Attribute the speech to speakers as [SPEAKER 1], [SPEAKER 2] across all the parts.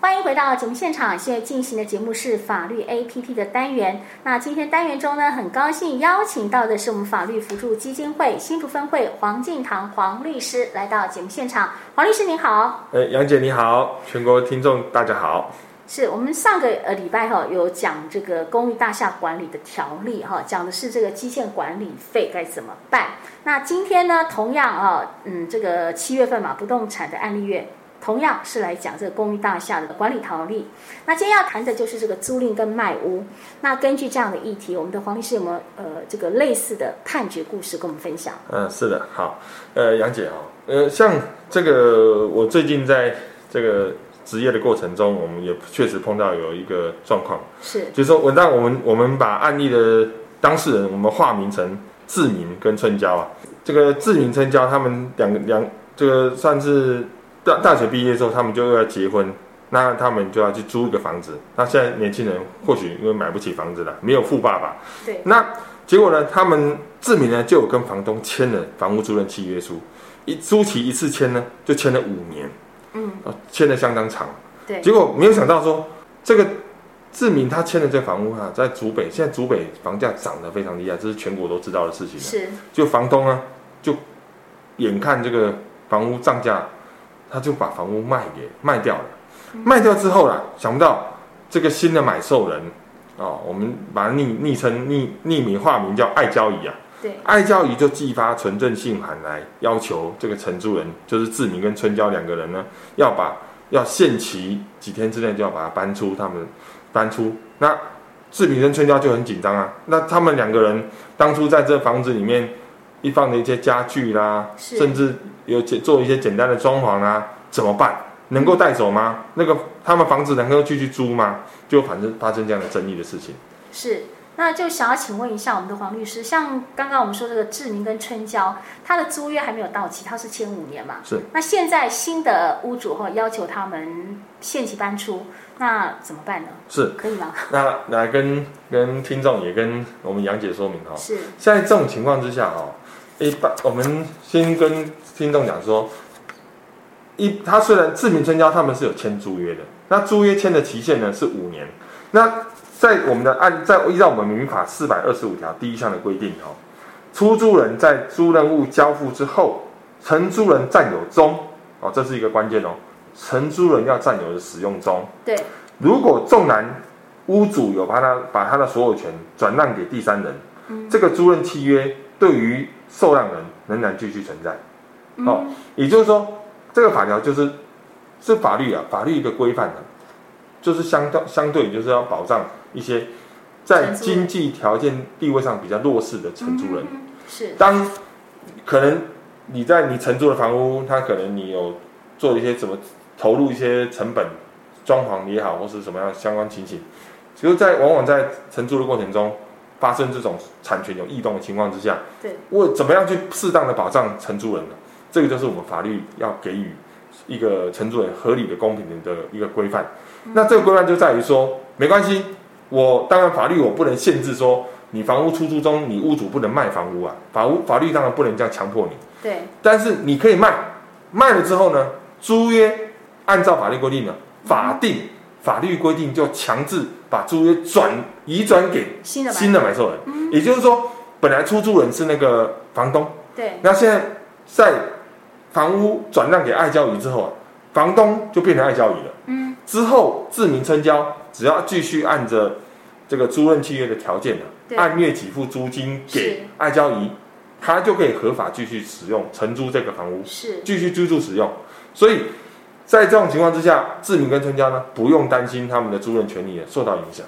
[SPEAKER 1] 欢迎回到节目现场，现在进行的节目是法律 APP 的单元。那今天单元中呢，很高兴邀请到的是我们法律扶助基金会新竹分会黄敬堂黄律师来到节目现场。黄律师您好，
[SPEAKER 2] 呃，杨姐你好，全国听众大家好。
[SPEAKER 1] 是我们上个呃礼拜哈、有讲这个公寓大厦管理的条例哈、讲的是这个基建管理费该怎么办。那今天呢，同样啊，嗯，这个七月份嘛，不动产的案例月，同样是来讲这个公寓大厦的管理条例。那今天要谈的就是这个租赁跟卖屋。那根据这样的议题，我们的黄律师有没有呃这个类似的判决故事跟我们分享？
[SPEAKER 2] 嗯，是的，好，呃，杨姐哦，呃，像这个，我最近在这个职业的过程中，我们也确实碰到有一个状况，
[SPEAKER 1] 是
[SPEAKER 2] 就是说，我让我们我们把案例的当事人，我们化名成志明跟春娇啊，这个志明春娇他们两个两这个算是大大学毕业之后，他们就要结婚。那他们就要去租一个房子。那现在年轻人或许因为买不起房子了，没有富爸爸，
[SPEAKER 1] 对，
[SPEAKER 2] 那结果呢，他们志明呢就有跟房东签了房屋租赁契约书，一租期一次签呢就签了五年，
[SPEAKER 1] 嗯，
[SPEAKER 2] 啊，签的相当长。
[SPEAKER 1] 对
[SPEAKER 2] 结果没有想到说这个志明他签的这房屋啊，在竹北现在竹北房价涨得非常厉害，这是全国都知道的事情了。
[SPEAKER 1] 是
[SPEAKER 2] 就房东啊，就眼看这个房屋涨价，他就把房屋卖给卖掉了。卖掉之后啦，想不到这个新的买受人哦，我们把它昵昵称匿匿名化名叫爱交易啊，
[SPEAKER 1] 对，
[SPEAKER 2] 爱交易就寄发存证信函来要求这个承租人，就是志明跟春娇两个人呢，要把要限期几天之内就要把它搬出，他们搬出。那志明跟春娇就很紧张啊，那他们两个人当初在这房子里面一放的一些家具啦，
[SPEAKER 1] 是
[SPEAKER 2] 甚至有简做一些简单的装潢啦，怎么办？能够带走吗？那个他们房子能够继续租吗？就反正发生这样的争议的事情。
[SPEAKER 1] 是。那就想要请问一下我们的黄律师，像刚刚我们说这个志明跟春娇，他的租约还没有到期，他是签五年嘛？
[SPEAKER 2] 是。
[SPEAKER 1] 那现在新的屋主哈要求他们限期搬出，那怎么办呢？
[SPEAKER 2] 是，
[SPEAKER 1] 可以吗？
[SPEAKER 2] 那来跟跟听众也跟我们杨姐说明哈、哦，
[SPEAKER 1] 是
[SPEAKER 2] 在这种情况之下哈、哦，一般我们先跟听众讲说，一他虽然志明春娇他们是有签租约的，那租约签的期限呢是五年，那在我们的按在依照我们民法四百二十五条第一项的规定哦，出租人在租任务交付之后，承租人占有中哦，这是一个关键哦，承租人要占有的使用中。
[SPEAKER 1] 对，
[SPEAKER 2] 如果纵然屋主有把他把他的所有权转让给第三人，
[SPEAKER 1] 嗯
[SPEAKER 2] 这个租赁契约对于受让人仍然继续存在。哦，
[SPEAKER 1] 嗯
[SPEAKER 2] 也就是说，这个法条就是是法律啊，法律的规范的，就是相当相对就是要保障一些在
[SPEAKER 1] 承租人
[SPEAKER 2] 经济条件地位上比较弱势的承租人。
[SPEAKER 1] 嗯是
[SPEAKER 2] 当可能你在你承租的房屋，它可能你有做一些怎么投入一些成本，装潢也好，或是什么样相关情形，其实在往往在承租的过程中发生这种产权有异动的情况之下，
[SPEAKER 1] 对，
[SPEAKER 2] 我怎么样去适当的保障承租人呢？这个就是我们法律要给予一个承租人合理的、公平的一个规范。那这个规范就在于说，没关系，我当然法律我不能限制说你房屋出租中，你屋主不能卖房屋啊，法屋法律当然不能这样强迫你，
[SPEAKER 1] 对，
[SPEAKER 2] 但是你可以卖，卖了之后呢，租约按照法律规定呢，法定法律规定就强制把租约转移转给
[SPEAKER 1] 新的吧嗯
[SPEAKER 2] 新的买受人，也就是说，本来出租人是那个房东，
[SPEAKER 1] 对，
[SPEAKER 2] 那现在在房屋转让给爱交易之后啊，房东就变成爱交易了。
[SPEAKER 1] 嗯，
[SPEAKER 2] 之后自名成交，只要继续按着这个租赁契约的条件呢、啊
[SPEAKER 1] 对
[SPEAKER 2] 按月给付租金
[SPEAKER 1] 是
[SPEAKER 2] 给爱交易，他就可以合法继续使用承租这个房屋，
[SPEAKER 1] 是
[SPEAKER 2] 继续居住使用。所以在这种情况之下，志明跟春娇呢，不用担心他们的租赁权利也受到影响。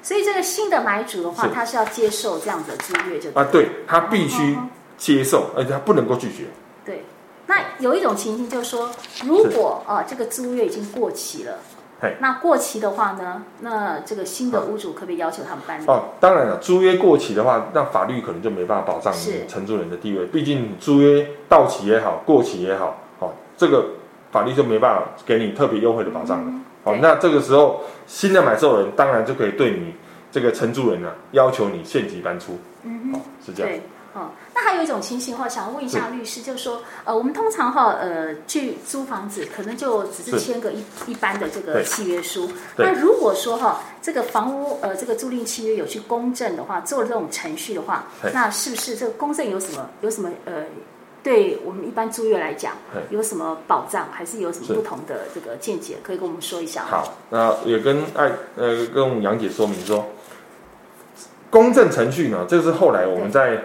[SPEAKER 1] 所以这个新的买主的话，
[SPEAKER 2] 是
[SPEAKER 1] 他是要接受这样子的租约，就
[SPEAKER 2] 啊，对他必须
[SPEAKER 1] 嗯
[SPEAKER 2] 接受，而且他不能够拒绝。
[SPEAKER 1] 对。那有一种情形就是说，如果呃这个租约已经过期了
[SPEAKER 2] 嘿，
[SPEAKER 1] 那过期的话呢，那这个新的屋主可不可以要求他们搬离？
[SPEAKER 2] 哦，当然了，租约过期的话，那法律可能就没办法保障
[SPEAKER 1] 是
[SPEAKER 2] 你承租人的地位。毕竟租约到期也好，过期也好，哦，这个法律就没办法给你特别优惠的保障了。哦
[SPEAKER 1] 嗯对，
[SPEAKER 2] 那这个时候新的买受人当然就可以啊对你这个承租人呢、要求你限期搬出。嗯、哦，是这样。
[SPEAKER 1] 对，哦，那还有有一种情形哈，想问一下律师，就是说，呃，我们通常哈，呃，去租房子，可能就只是
[SPEAKER 2] 是
[SPEAKER 1] 签个一一般的这个
[SPEAKER 2] 对
[SPEAKER 1] 契约书。
[SPEAKER 2] 对
[SPEAKER 1] 那如果说哈，这个房屋呃这个租赁契约有去公证的话，做了这种程序的话
[SPEAKER 2] 对，
[SPEAKER 1] 那是不是这个公证有什么有什么呃，对我们一般租约来讲
[SPEAKER 2] 对
[SPEAKER 1] 有什么保障，还是有什么
[SPEAKER 2] 是
[SPEAKER 1] 不同的这个见解，可以跟我们说一下吗？
[SPEAKER 2] 好，那也跟艾呃跟我们杨姐说明说，公证程序呢，这是后来我们在，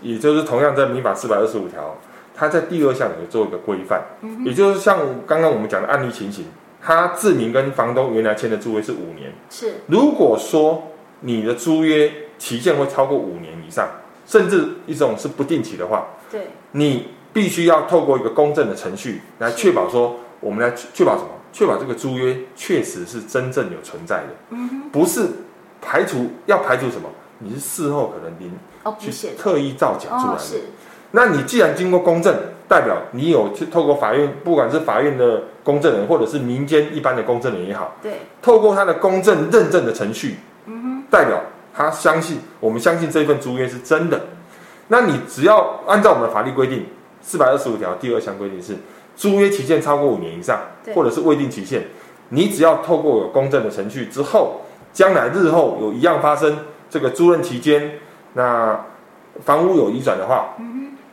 [SPEAKER 2] 也就是同样在民法四百二十五条，它在第二项有做一个规范，也就是像刚刚我们讲的案例情形，他自明跟房东原来签的租约是五年，
[SPEAKER 1] 是
[SPEAKER 2] 如果说你的租约期限会超过五年以上，甚至一种是不定期的话，
[SPEAKER 1] 对，
[SPEAKER 2] 你必须要透过一个公证的程序来确保说，我们来确保什么？确保这个租约确实是真正有存在的，
[SPEAKER 1] 嗯
[SPEAKER 2] 不是排除要排除什么？你是事后可能您
[SPEAKER 1] 哦，不
[SPEAKER 2] 去
[SPEAKER 1] 写的
[SPEAKER 2] 特意造假出
[SPEAKER 1] 哦，
[SPEAKER 2] 来的。
[SPEAKER 1] 是
[SPEAKER 2] 那你既然经过公证，代表你有去透过法院，不管是法院的公证人，或者是民间一般的公证人也好，
[SPEAKER 1] 对，
[SPEAKER 2] 透过他的公证认证的程序，代表他相信，我们相信这份租约是真的。那你只要按照我们的法律规定，四百二十五条第二项规定是，租约期限超过五年以上
[SPEAKER 1] 对，
[SPEAKER 2] 或者是未定期限，你只要透过有公证的程序之后，将来日后有一样发生这个租赁期间，那房屋有移转的话，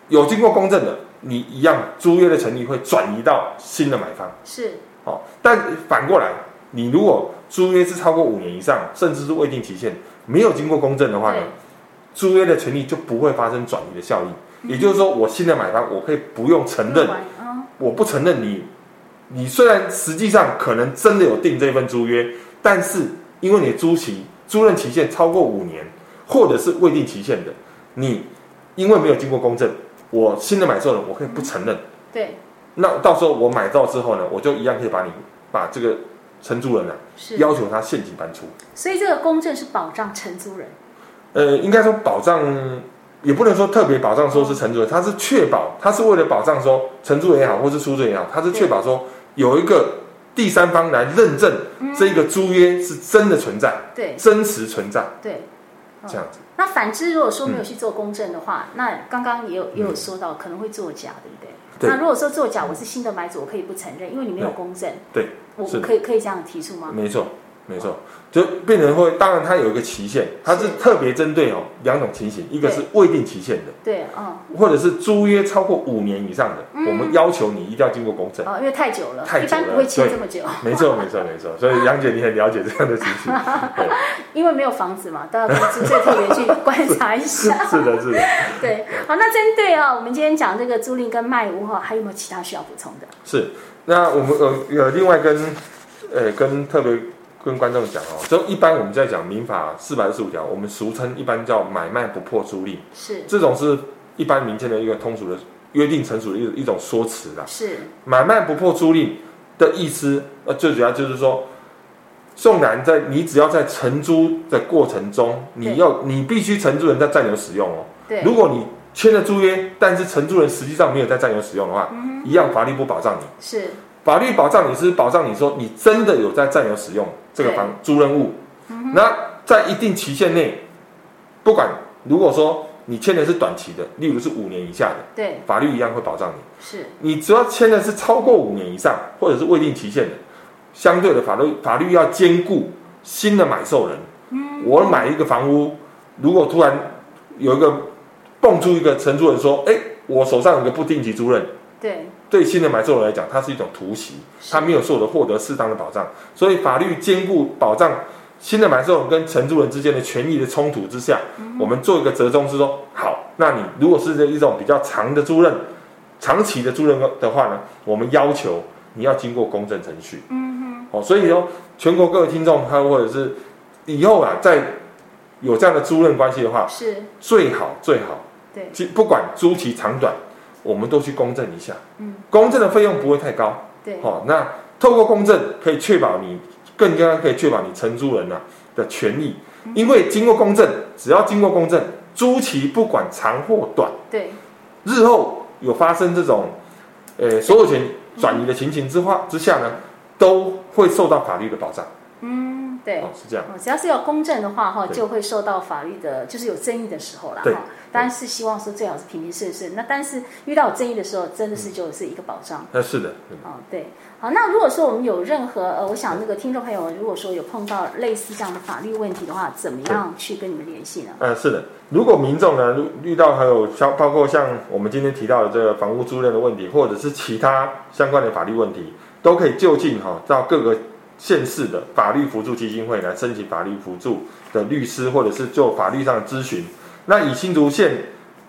[SPEAKER 2] 有经过公证的，你一样租约的成立会转移到新的买方。
[SPEAKER 1] 是
[SPEAKER 2] 哦，但反过来，你如果租约是超过五年以上，甚至是未定期限，没有经过公证的话呢
[SPEAKER 1] 对，
[SPEAKER 2] 租约的权利就不会发生转移的效应。也就是说，我新的买方，我可以不用承认，
[SPEAKER 1] 嗯，
[SPEAKER 2] 我不承认你，你虽然实际上可能真的有订这份租约，但是因为你的租期租赁期限超过五年，或者是未定期限的，你因为没有经过公证，我新的买受人，我可以不承认。
[SPEAKER 1] 对，
[SPEAKER 2] 那到时候我买到之后呢，我就一样可以把你把这个承租人呢、啊
[SPEAKER 1] 是。
[SPEAKER 2] 要求他现行搬出。
[SPEAKER 1] 所以这个公证是保障承租人，
[SPEAKER 2] 呃，应该说保障也不能说特别保障说
[SPEAKER 1] 嗯
[SPEAKER 2] 是承租人，他是确保他是为了保障说承租人也好，或是出租人也好，他是确保说有一个第三方来认证这个租约是真的存在、
[SPEAKER 1] 嗯对
[SPEAKER 2] 真实存在
[SPEAKER 1] 对。嗯
[SPEAKER 2] 这样子。嗯
[SPEAKER 1] 那反之，如果说没有去做公证的话，那刚刚也有也有说到可能会作假，对不对？
[SPEAKER 2] 对
[SPEAKER 1] 那如果说作假，我是新的买主，我可以不承认，因为你没有公证。
[SPEAKER 2] 嗯对，
[SPEAKER 1] 我
[SPEAKER 2] 是
[SPEAKER 1] 我可以可以这样提出吗？
[SPEAKER 2] 没错，没错，就变成会，当然它有一个期限，它是
[SPEAKER 1] 是
[SPEAKER 2] 特别针对哦两种情形，一个是未定期限的。
[SPEAKER 1] 对，嗯，
[SPEAKER 2] 或者是租约超过五年以上的，我们要求你一定要经过公证。
[SPEAKER 1] 哦，因为太久了，
[SPEAKER 2] 太久
[SPEAKER 1] 一般
[SPEAKER 2] 了
[SPEAKER 1] 不会签
[SPEAKER 2] 对
[SPEAKER 1] 这么久，
[SPEAKER 2] 没错，没错，没错。所以杨姐，你很了解这样的情形。对，
[SPEAKER 1] 因为没有房子嘛，大家可以租，所以特别去观察一
[SPEAKER 2] 是
[SPEAKER 1] 下。
[SPEAKER 2] 是的，是的。
[SPEAKER 1] 对，好，那针对啊，我们今天讲这个租赁跟卖屋哈，还有没有其他需要补充的？
[SPEAKER 2] 是，那我们呃有另外跟呃跟特别跟观众讲哦，就一般我们在讲民法四百二十五条，我们俗称一般叫买卖不破租赁，
[SPEAKER 1] 是
[SPEAKER 2] 这种是一般民间的一个通俗的约定成熟的一一种说辞啦。
[SPEAKER 1] 是，
[SPEAKER 2] 买卖不破租赁的意思，呃，最主要就是说，纵然在你只要在承租的过程中，
[SPEAKER 1] 对
[SPEAKER 2] 你要你必须承租人在占有使用哦。
[SPEAKER 1] 对，
[SPEAKER 2] 如果你签了租约，但是承租人实际上没有在占有使用的话，
[SPEAKER 1] 嗯
[SPEAKER 2] 一样法律不保障你。
[SPEAKER 1] 是
[SPEAKER 2] 法律保障你是保障你说你真的有在占有使用这个房租赁物，
[SPEAKER 1] 嗯
[SPEAKER 2] 那在一定期限内，不管如果说你签的是短期的，例如是五年以下的，
[SPEAKER 1] 对
[SPEAKER 2] 法律一样会保障你。
[SPEAKER 1] 是，
[SPEAKER 2] 你只要签的是超过五年以上，或者是未定期限的，相对的法律法律要兼顾新的买受人。我买一个房屋，如果突然有一个蹦出一个承租人说：“哎，我手上有个不定期租赁。
[SPEAKER 1] 对”
[SPEAKER 2] 对新的买受人来讲，它是一种突袭，
[SPEAKER 1] 是
[SPEAKER 2] 它没有受的获得适当的保障，所以法律兼顾保障新的买受人跟承租人之间的权益的冲突之下，我们做一个折中是说，好，那你如果是这一种比较长的租赁、长期的租赁的话呢，我们要求你要经过公证程序。嗯哼，哦，所以说全国各位听众，他或者是以后啊，在有这样的租赁关系的话，
[SPEAKER 1] 是，
[SPEAKER 2] 最好最好
[SPEAKER 1] 对
[SPEAKER 2] 其不管租期长短，我们都去公证一下。
[SPEAKER 1] 嗯，
[SPEAKER 2] 公证的费用不会太高。
[SPEAKER 1] 对
[SPEAKER 2] 好、那透过公证可以确保你更加可以确保你承租人啊的权益，
[SPEAKER 1] 嗯
[SPEAKER 2] 因为经过公证，只要经过公证，租期不管长或短，
[SPEAKER 1] 对
[SPEAKER 2] 日后有发生这种呃所有权转移的情形之话之下呢，都会受到法律的保障。
[SPEAKER 1] 嗯，对
[SPEAKER 2] 哦，是这样。
[SPEAKER 1] 哦，只要是有公正的话哈，
[SPEAKER 2] 对
[SPEAKER 1] 就会受到法律的，就是有争议的时候啦
[SPEAKER 2] 对
[SPEAKER 1] 哈。当然是希望说最好是平平顺顺。那但是遇到有争议的时候，真
[SPEAKER 2] 嗯
[SPEAKER 1] 的是就是一个保障。
[SPEAKER 2] 那是的，嗯
[SPEAKER 1] 哦，对，好，那如果说我们有任何呃，我想那个听众朋友如果说有碰到类似这样的法律问题的话，怎么样去跟你们联系呢？
[SPEAKER 2] 呃，是的。如果民众呢如遇到还有像包括像我们今天提到的这个房屋租赁的问题，或者是其他相关的法律问题，都可以就近哈、到各个县市的法律辅助基金会来申请法律辅助的律师，或者是做法律上的咨询。那以新竹县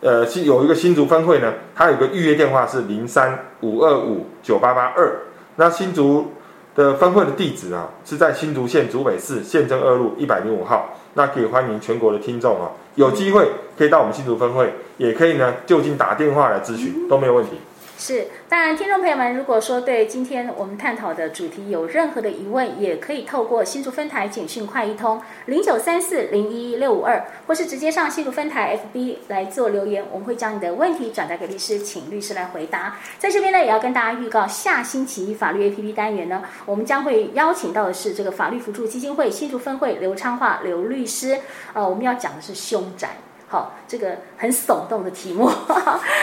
[SPEAKER 2] 呃新有一个新竹分会呢，它有一个预约电话是零三五二五九八八二。那新竹的分会的地址啊，是在新竹县竹北市县政二路一百零五号。那可以欢迎全国的听众啊，有机会可以到我们新竹分会，也可以呢就近打电话来咨询，都没有问题。
[SPEAKER 1] 是，当然，听众朋友们，如果说对今天我们探讨的主题有任何的疑问，也可以透过新竹分台简讯快一通零九三四零一一六五二，或是直接上新竹分台 FB 来做留言，我们会将你的问题转达给律师，请律师来回答。在这边呢，也要跟大家预告，下星期一法律 APP 单元呢，我们将会邀请到的是这个法律辅助基金会新竹分会刘昌化刘律师，呃，我们要讲的是凶宅。好，这个很耸动的题目，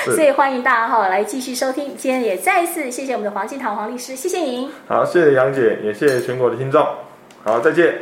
[SPEAKER 2] 是
[SPEAKER 1] 所以欢迎大家哈来继续收听。今天也再次谢谢我们的黄金堂黄律师，谢谢您。
[SPEAKER 2] 好，谢谢杨姐，也谢谢全国的听众，好，再见。